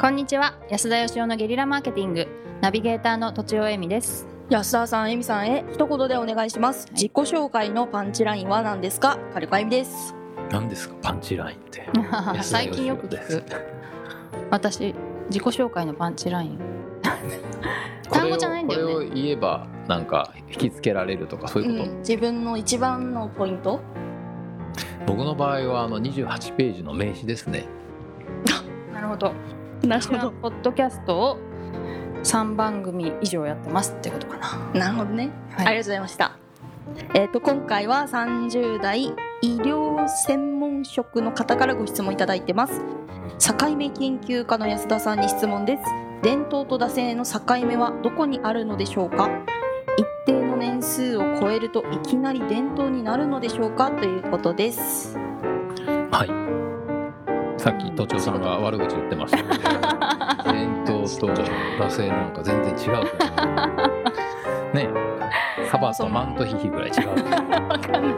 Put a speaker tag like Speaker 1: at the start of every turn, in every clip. Speaker 1: こんにちは安田義雄のゲリラマーケティングナビゲーターの土尾恵美です
Speaker 2: 安田さん、えみさんへ一言でお願いします。自己紹介のパンチラインは何ですか？カルカイミです。
Speaker 3: 何ですかパンチラインって
Speaker 1: 最近よく聞く私自己紹介のパンチライン単語じゃないんだよね
Speaker 3: これをこれを言えばなんか引きつけられるとかそうういうこと、
Speaker 2: ん、自分の一番のポイント。
Speaker 3: 僕の場合はあの28ページの名刺ですね
Speaker 1: なるほど
Speaker 2: なる
Speaker 1: 私は。ポッドキャストを3番組以上やってますってことかな
Speaker 2: なるほどね。
Speaker 1: はい
Speaker 2: ありがとうございました。えっ、と今回は30代医療専門職の方からご質問いただいてます。境目研究家の安田さんに質問です。伝統と惰性の境目はどこにあるのでしょうか。一定の年数を超えるといきなり伝統になるのでしょうかということです。
Speaker 3: はいさっき都庁さんが悪口言ってましたけ ど伝統と惰性なんか全然違うからねえサバとマントヒヒぐらい違う
Speaker 1: わかんない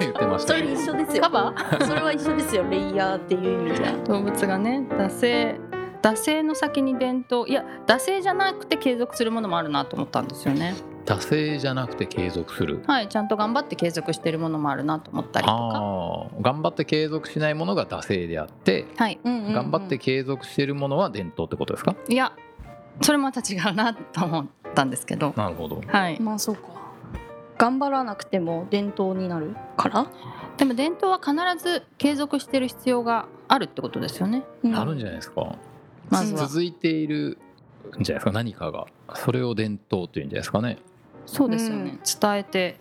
Speaker 3: 言ってまし
Speaker 2: そ
Speaker 3: た
Speaker 2: れ
Speaker 3: け
Speaker 2: 一緒です
Speaker 1: カ
Speaker 2: よ。
Speaker 1: バ
Speaker 2: それは一緒ですよ。レイヤーっていう意味じゃ。
Speaker 1: 動物がね惰性惰性の先に伝統いや惰性じゃなくて継続するものもあるなと思ったんですよね
Speaker 3: ど惰性じゃなくて継続する
Speaker 1: はいちゃんと頑張って継続してるものもあるなと思ったりとか
Speaker 3: ああ頑張って継続しないものが惰性であって
Speaker 1: はい
Speaker 2: うん
Speaker 3: 頑張って継続しているものは伝統ってことですか、
Speaker 1: いやそれもまた違うなと思ったんですけど
Speaker 3: なるほど
Speaker 1: はい
Speaker 2: まあそうか。頑張らなくても伝統になるから。
Speaker 1: でも伝統は必ず継続してる必要があるってことですよね
Speaker 2: うん
Speaker 3: あるんじゃないですか、
Speaker 1: まずは
Speaker 3: 続いているんじゃないですか何かがそれを伝統というんじゃないですかね、
Speaker 1: そうですよね、
Speaker 2: うん
Speaker 1: 伝えて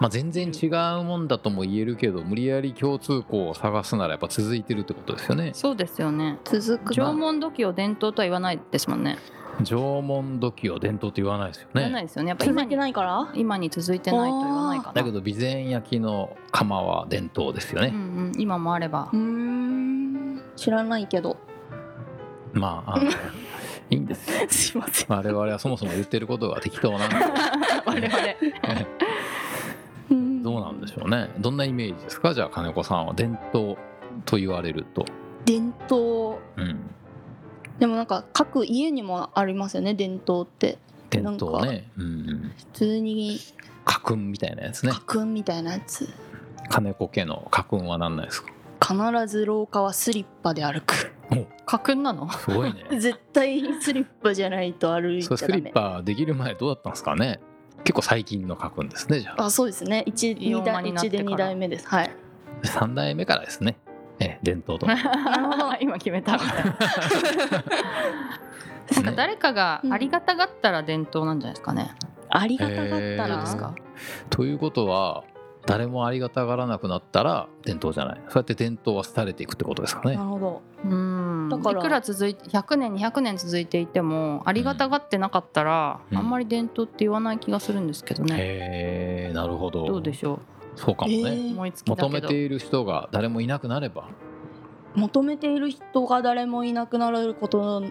Speaker 3: まあ、全然違うもんだとも言えるけど無理やり共通項を探すならやっぱ続いてるってことですよね
Speaker 1: そうですよね
Speaker 2: 続く
Speaker 1: 縄文土器を伝統とは言わないですもんね
Speaker 3: 縄文土器を伝統と言わないですよ
Speaker 1: 言わない
Speaker 3: ね
Speaker 1: ですよねやっぱ
Speaker 2: 続
Speaker 1: 今
Speaker 2: いて
Speaker 1: に
Speaker 2: ないから
Speaker 1: 今に続いてないと言わないかな
Speaker 3: だけど備前焼の釜は伝統ですよ
Speaker 1: う
Speaker 3: ね、
Speaker 1: んうん、今もあれ ば
Speaker 2: うーん知らないけど
Speaker 3: まああのいいんですよ
Speaker 2: すいません
Speaker 3: 我々はそもそも言ってることが適当なんで
Speaker 1: 我々
Speaker 3: どうなんでしょうねどんなイメージですかじゃあ金子さんは伝統と言われると、
Speaker 2: 伝統
Speaker 3: うん、
Speaker 2: でもなんか各家にもありますよね伝統って
Speaker 3: 伝統ね、うん、
Speaker 2: 普通に
Speaker 3: 家訓みたいなやつね
Speaker 2: 家訓みたいなやつ
Speaker 3: 金子家の家訓はなんないですか
Speaker 2: 必ず廊下はスリッパで歩く
Speaker 1: 家訓なの
Speaker 3: すごいね
Speaker 2: 絶対スリッパじゃないと歩いち
Speaker 3: そ
Speaker 2: ゃ
Speaker 3: れス
Speaker 2: ダ
Speaker 3: リッ
Speaker 2: メ
Speaker 3: パできる前どうだったんですかね結構最近の家訓ですねじゃあ
Speaker 2: あそうですね一
Speaker 1: 四
Speaker 2: 二
Speaker 1: 番
Speaker 2: 代
Speaker 1: になって
Speaker 2: 一
Speaker 1: から
Speaker 2: で二代目ですはい
Speaker 3: 3代目からですねええ伝統と
Speaker 1: 今決めた みたいななんか誰かがありがたがったら伝統なんじゃないですかね、
Speaker 2: ありがたかった
Speaker 3: うん
Speaker 1: どう
Speaker 2: ら
Speaker 1: で
Speaker 3: へ
Speaker 1: す
Speaker 3: ー
Speaker 1: か
Speaker 3: ということは誰もありがたがらなくなったら伝統じゃないそうやって伝統は廃れていくってことですかね
Speaker 2: なるほど
Speaker 1: うん
Speaker 2: だから
Speaker 1: いくら続いて100年200年続いていてもありがたがってなかったら、
Speaker 3: うん
Speaker 1: あんまり伝統って言わない気がするんですけどね、
Speaker 3: へえなるほど
Speaker 1: どうでしょ
Speaker 3: そうかもね、
Speaker 2: え
Speaker 1: う
Speaker 2: ー
Speaker 1: 思いつきだけど
Speaker 3: 求めている人が誰もいなくなれば
Speaker 2: 求めている人が誰もいなくなること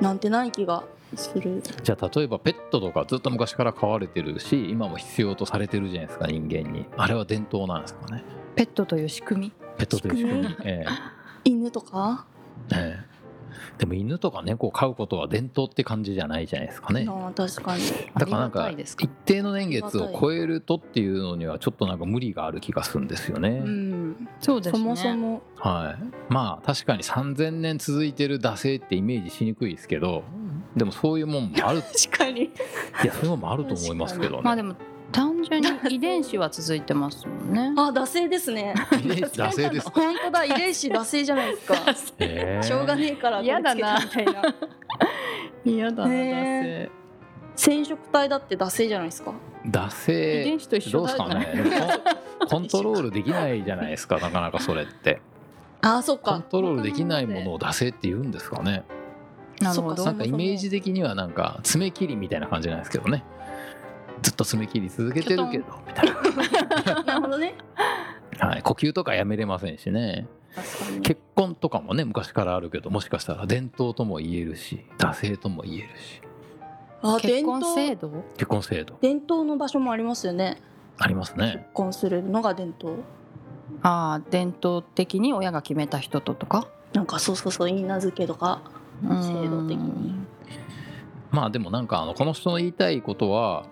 Speaker 2: なんてない気がする
Speaker 3: じゃあ例えばペットとかずっと昔から飼われてるし今も必要とされてるじゃないですか人間にあれは伝統なんですかね
Speaker 1: ペットという仕組み
Speaker 3: ペットという仕組み
Speaker 2: 仕、
Speaker 3: え
Speaker 2: 犬とか、
Speaker 3: えええでも犬とか猫を飼うことは伝統って感じじゃないじゃないですかね
Speaker 2: ああ確かに
Speaker 3: だからなん
Speaker 1: あ
Speaker 3: か
Speaker 1: りがたいです
Speaker 3: 一
Speaker 1: か
Speaker 3: 定の年月を超えるとっていうのにはちょっとなんか無理がある気がするんですよね、
Speaker 2: うん
Speaker 1: そうです
Speaker 2: そ
Speaker 1: ね
Speaker 2: もそも
Speaker 3: はいまあ確かに3,000年続いてる惰性ってイメージしにくいですけどでもそういうもんもある
Speaker 2: 確かに
Speaker 3: いやそういうもんもあると思いますけどね
Speaker 1: まあでも単純に遺伝子は続いてますもんね
Speaker 2: あ惰性ですね
Speaker 3: イメージ惰性ですか
Speaker 2: 本当だ遺伝子惰性じゃないです か
Speaker 3: へえ
Speaker 2: しょうがねえから
Speaker 1: 嫌だな
Speaker 2: これつけたみたいな
Speaker 1: 嫌だ
Speaker 2: なへ染色体だって惰性じゃないですか
Speaker 3: 惰性
Speaker 1: 遺伝子と一緒だ
Speaker 3: どうですかねコン コントロールできないじゃないですかなかなかそれって
Speaker 2: ああそっ
Speaker 3: コン
Speaker 2: か
Speaker 3: トロールできないものを惰性って言うんですかね
Speaker 1: なるほど
Speaker 2: そ
Speaker 3: な
Speaker 2: っ
Speaker 3: んかイメージ的にはなんか爪切りみたいな感じなんですけどねずっと爪切り続けてるけどみたい
Speaker 2: なるほどね
Speaker 3: な、はい、呼吸とかやめれませんしね
Speaker 2: 確かに
Speaker 3: 結婚とかもね昔からあるけどもしかしたら伝統とも言えるし惰性とも言えるし
Speaker 2: あ
Speaker 1: 結
Speaker 2: 伝
Speaker 1: 婚制
Speaker 2: 統
Speaker 1: 度
Speaker 3: 結婚制度
Speaker 2: 伝統の場所もありますよね
Speaker 3: ありますね
Speaker 2: 結婚するのが伝統
Speaker 1: ああ伝統的に親が決めた人ととか
Speaker 2: なんかそうそうそういいな付けとか制度的に
Speaker 3: まあでもなんかあのこの人の言いたいことは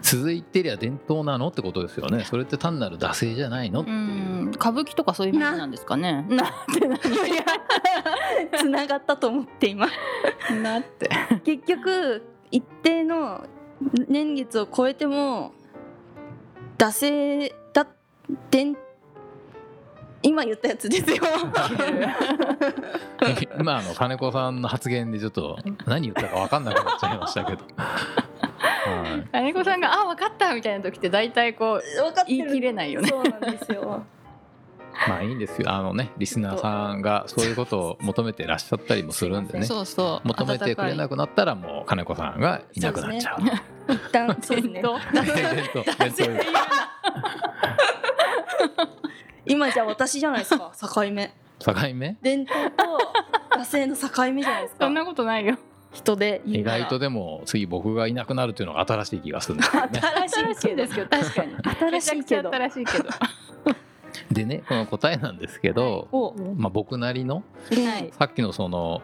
Speaker 3: 続いてりゃ伝統なのってことですよねそれって単なる惰性じゃないのって
Speaker 1: う
Speaker 3: いう、
Speaker 1: ん歌舞伎とかそういう意味なんですかね
Speaker 2: なんて 何つながったと思っています
Speaker 1: なって
Speaker 2: 結局一定の年月を超えても惰性だ伝今言ったやつです よ
Speaker 3: 今あの金子さんの発言でちょっと何言ったか分かんなくなっちゃいましたけど、はい、
Speaker 1: 金子さんが「あ分かった」みたいな時って大体こう
Speaker 2: 分かって
Speaker 1: 言い切
Speaker 2: る
Speaker 1: れないよね
Speaker 2: そうなんですよ
Speaker 3: まあいいんですよあのねリスナーさんがそういうことを求めてらっしゃったりもするんでね
Speaker 1: そうそう
Speaker 3: 求めてくれなくなったらもう金子さんがいなくなっちゃう。
Speaker 2: 一旦そうです
Speaker 1: 温
Speaker 2: ね
Speaker 1: かい
Speaker 3: 伝 統伝統
Speaker 1: 伝統
Speaker 2: 今じゃあ私じゃないですか境目
Speaker 3: 境目
Speaker 2: 伝統と惰性の境目じゃないです
Speaker 1: そ
Speaker 2: か
Speaker 1: んなことないよ
Speaker 2: 人で言
Speaker 3: 意
Speaker 2: うなら
Speaker 3: 外とでも次僕がいなくなるというのが新しい気がするんですよね。
Speaker 1: 新しいですけど確かに
Speaker 2: 新しいけ
Speaker 1: めちゃ
Speaker 2: ど
Speaker 1: くちゃ新しいけど
Speaker 3: でねこの答えなんですけど、
Speaker 2: お
Speaker 3: まあ、僕なりの
Speaker 1: はい
Speaker 3: さっきのその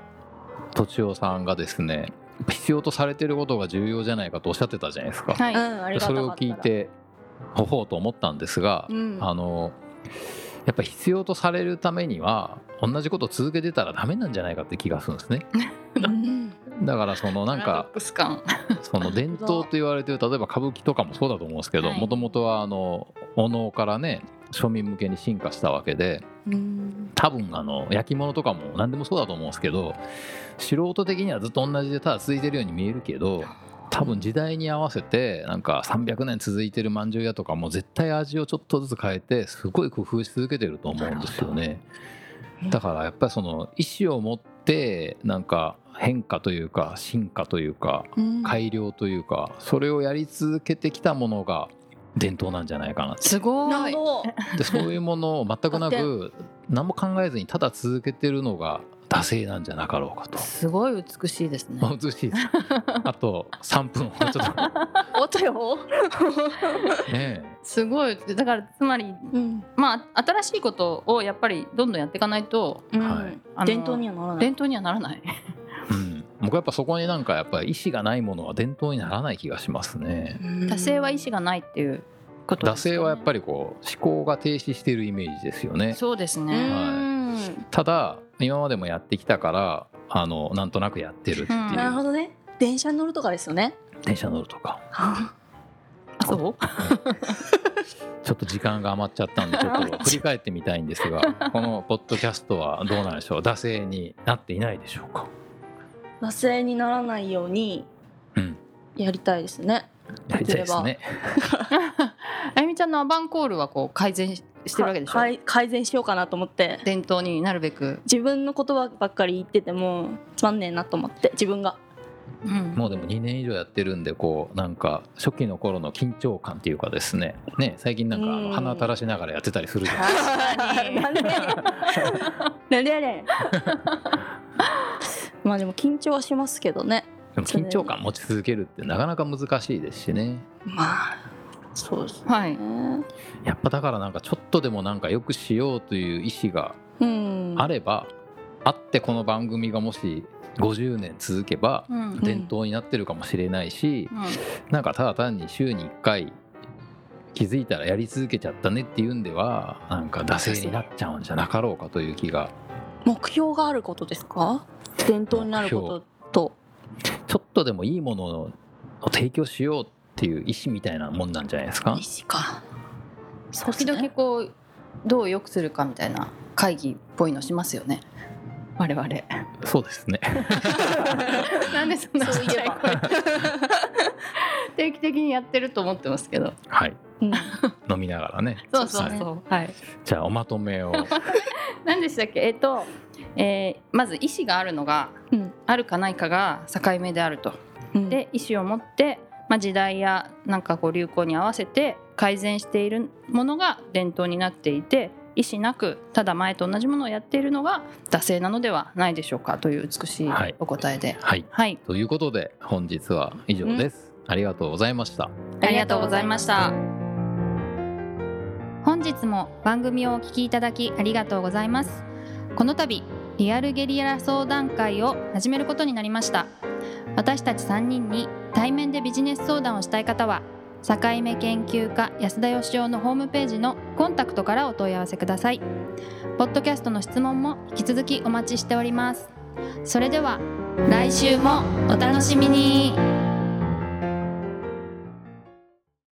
Speaker 3: とちおさんがですね必要とされてることが重要じゃないかとおっしゃってたじゃないですか。
Speaker 1: は
Speaker 2: う
Speaker 1: い
Speaker 2: んありが
Speaker 3: そ
Speaker 2: た
Speaker 3: れ
Speaker 2: か
Speaker 3: を
Speaker 2: ったら
Speaker 3: 聞いてほほうと思ったんですが、
Speaker 2: うん
Speaker 3: あのやっぱ必要とされるためには同じこと続けてたらダメなんじゃないかって気がするんですね。
Speaker 2: うん
Speaker 3: だからそのなん
Speaker 1: パラ
Speaker 3: か
Speaker 1: ドックス感
Speaker 3: その伝統と言われてる例えば歌舞伎とかもそうだと思うんですけど
Speaker 1: はい
Speaker 3: もともとはあのお能からね庶民向けに進化したわけで
Speaker 2: うん
Speaker 3: 多分あの焼き物とかも何でもそうだと思うんですけど素人的にはずっと同じでただ続いてるように見えるけど多分時代に合わせてなんか300年続いてるまんじゅう屋とかも絶対味をちょっとずつ変えてすごい工夫し続けてると思うんですよね。だからやっぱりその意思を持ってなんか変化というか進化というか
Speaker 2: うん
Speaker 3: 改良というかそれをやり続けてきたものが伝統なんじゃないかな
Speaker 1: すご
Speaker 2: ないるほど
Speaker 3: でそういうものを全くなく何も考えずにただ続けてるのが惰性なんじゃなかろうかと。
Speaker 1: すごい美しいですね
Speaker 3: まあ美しいですあと3分をちょっ
Speaker 2: おっとよ、
Speaker 3: とね
Speaker 1: すごいだからつまり
Speaker 2: うん
Speaker 1: まあ新しいことをやっぱりどんどんやっていかないと
Speaker 3: はい
Speaker 1: あの
Speaker 2: 伝統にはならない
Speaker 1: 伝統にはならない
Speaker 3: え、うん、僕やっぱそこになんかやっぱり意思がないものは伝統にならない気がしますね。
Speaker 1: 惰性は意
Speaker 2: 思
Speaker 1: 思がないっていうこと
Speaker 3: 惰
Speaker 1: です
Speaker 3: 性
Speaker 1: よね
Speaker 3: はやっぱりこう思考が停止してるイメージですよね。
Speaker 1: そうです
Speaker 2: う
Speaker 1: ね
Speaker 2: ん、
Speaker 3: ただ今までもやってきたからあのなんとなくやってるっていう、
Speaker 1: うん
Speaker 2: なるほどね電車に乗るとかですよね
Speaker 3: 電車乗るとか
Speaker 1: あそう
Speaker 3: ちょっと時間が余っちゃったんでちょっと振り返ってみたいんですがこのポッドキャストはどうなんでしょう惰性になっていないでしょうか、
Speaker 2: 惰性にならないように
Speaker 3: うん、
Speaker 2: やりたいですね
Speaker 3: やりたいですね
Speaker 1: あゆみちゃんのアバンコールはこう改善ししてるわけでしょ
Speaker 2: か改改善しようかなと思って
Speaker 1: 伝統になるべく、
Speaker 2: 自分の言葉ばっかり言っててもつまんねえなと思って自分が
Speaker 1: うん
Speaker 3: もうでも2年以上やってるんでこうなんか初期の頃の緊張感っていうかですねね最近なんかあ
Speaker 2: う
Speaker 3: の
Speaker 2: ん
Speaker 3: 鼻垂らしながらやってたりするじゃないですか
Speaker 1: 確かに
Speaker 2: なんでやねんなんでやねんまあでも緊張はしますけどね
Speaker 3: でも緊張感持ち続けるってなかなか難しいですしね
Speaker 2: まあそうです
Speaker 1: はい
Speaker 2: ね
Speaker 3: やっぱだからなんかちょっとでもなんかよくしようという意思が
Speaker 2: うん
Speaker 3: あれば、あってこの番組がもし50年続けば
Speaker 1: うんうん
Speaker 3: 伝統になってるかもしれないし、なんかただ単に週に1回気づいたらやり続けちゃったねっていうんではなんか惰性になっちゃうんじゃなかろうかという気が
Speaker 2: 目標があることですか伝統になることと
Speaker 3: ちょっとでもいいものを提供しようっていう意思みたいなもんなんじゃないですか
Speaker 2: 意。思かそうです
Speaker 1: 時々
Speaker 2: ね
Speaker 1: こうどう良くするかみたいな会議っぽいのしますよね我々
Speaker 3: そうですね。
Speaker 1: なんでそんなちっちゃい声 定期的にやってると思ってますけど
Speaker 3: はい。
Speaker 2: うん
Speaker 3: 飲みながらね。
Speaker 1: そうそう
Speaker 3: は
Speaker 1: そ
Speaker 3: いう
Speaker 1: はい
Speaker 3: じゃあおまとめを。
Speaker 1: 何でしたっけえっと、えーまず意思があるのが
Speaker 2: うん
Speaker 1: あるかないかが境目であると
Speaker 2: うん
Speaker 1: で意思を持って、まあ、時代やなんかこう流行に合わせて改善しているものが伝統になっていて意思なくただ前と同じものをやっているのが惰性なのではないでしょうかという美しい
Speaker 3: はい
Speaker 1: お答えで、
Speaker 3: はい。
Speaker 1: はい、
Speaker 3: ということで本日は以上です。ありがとうございました。
Speaker 1: ありがとうございました
Speaker 4: 本日も番組をお聞きいただきありがとうございますこの度
Speaker 1: リアルゲリラ相談会を始めることになりました私たち3人に対面でビジネス相談をしたい方は境目研究家安田義雄のホームページのコンタクトからお問い合わせくださいポッドキャストの質問も引き続きお待ちしておりますそれでは来週もお楽しみに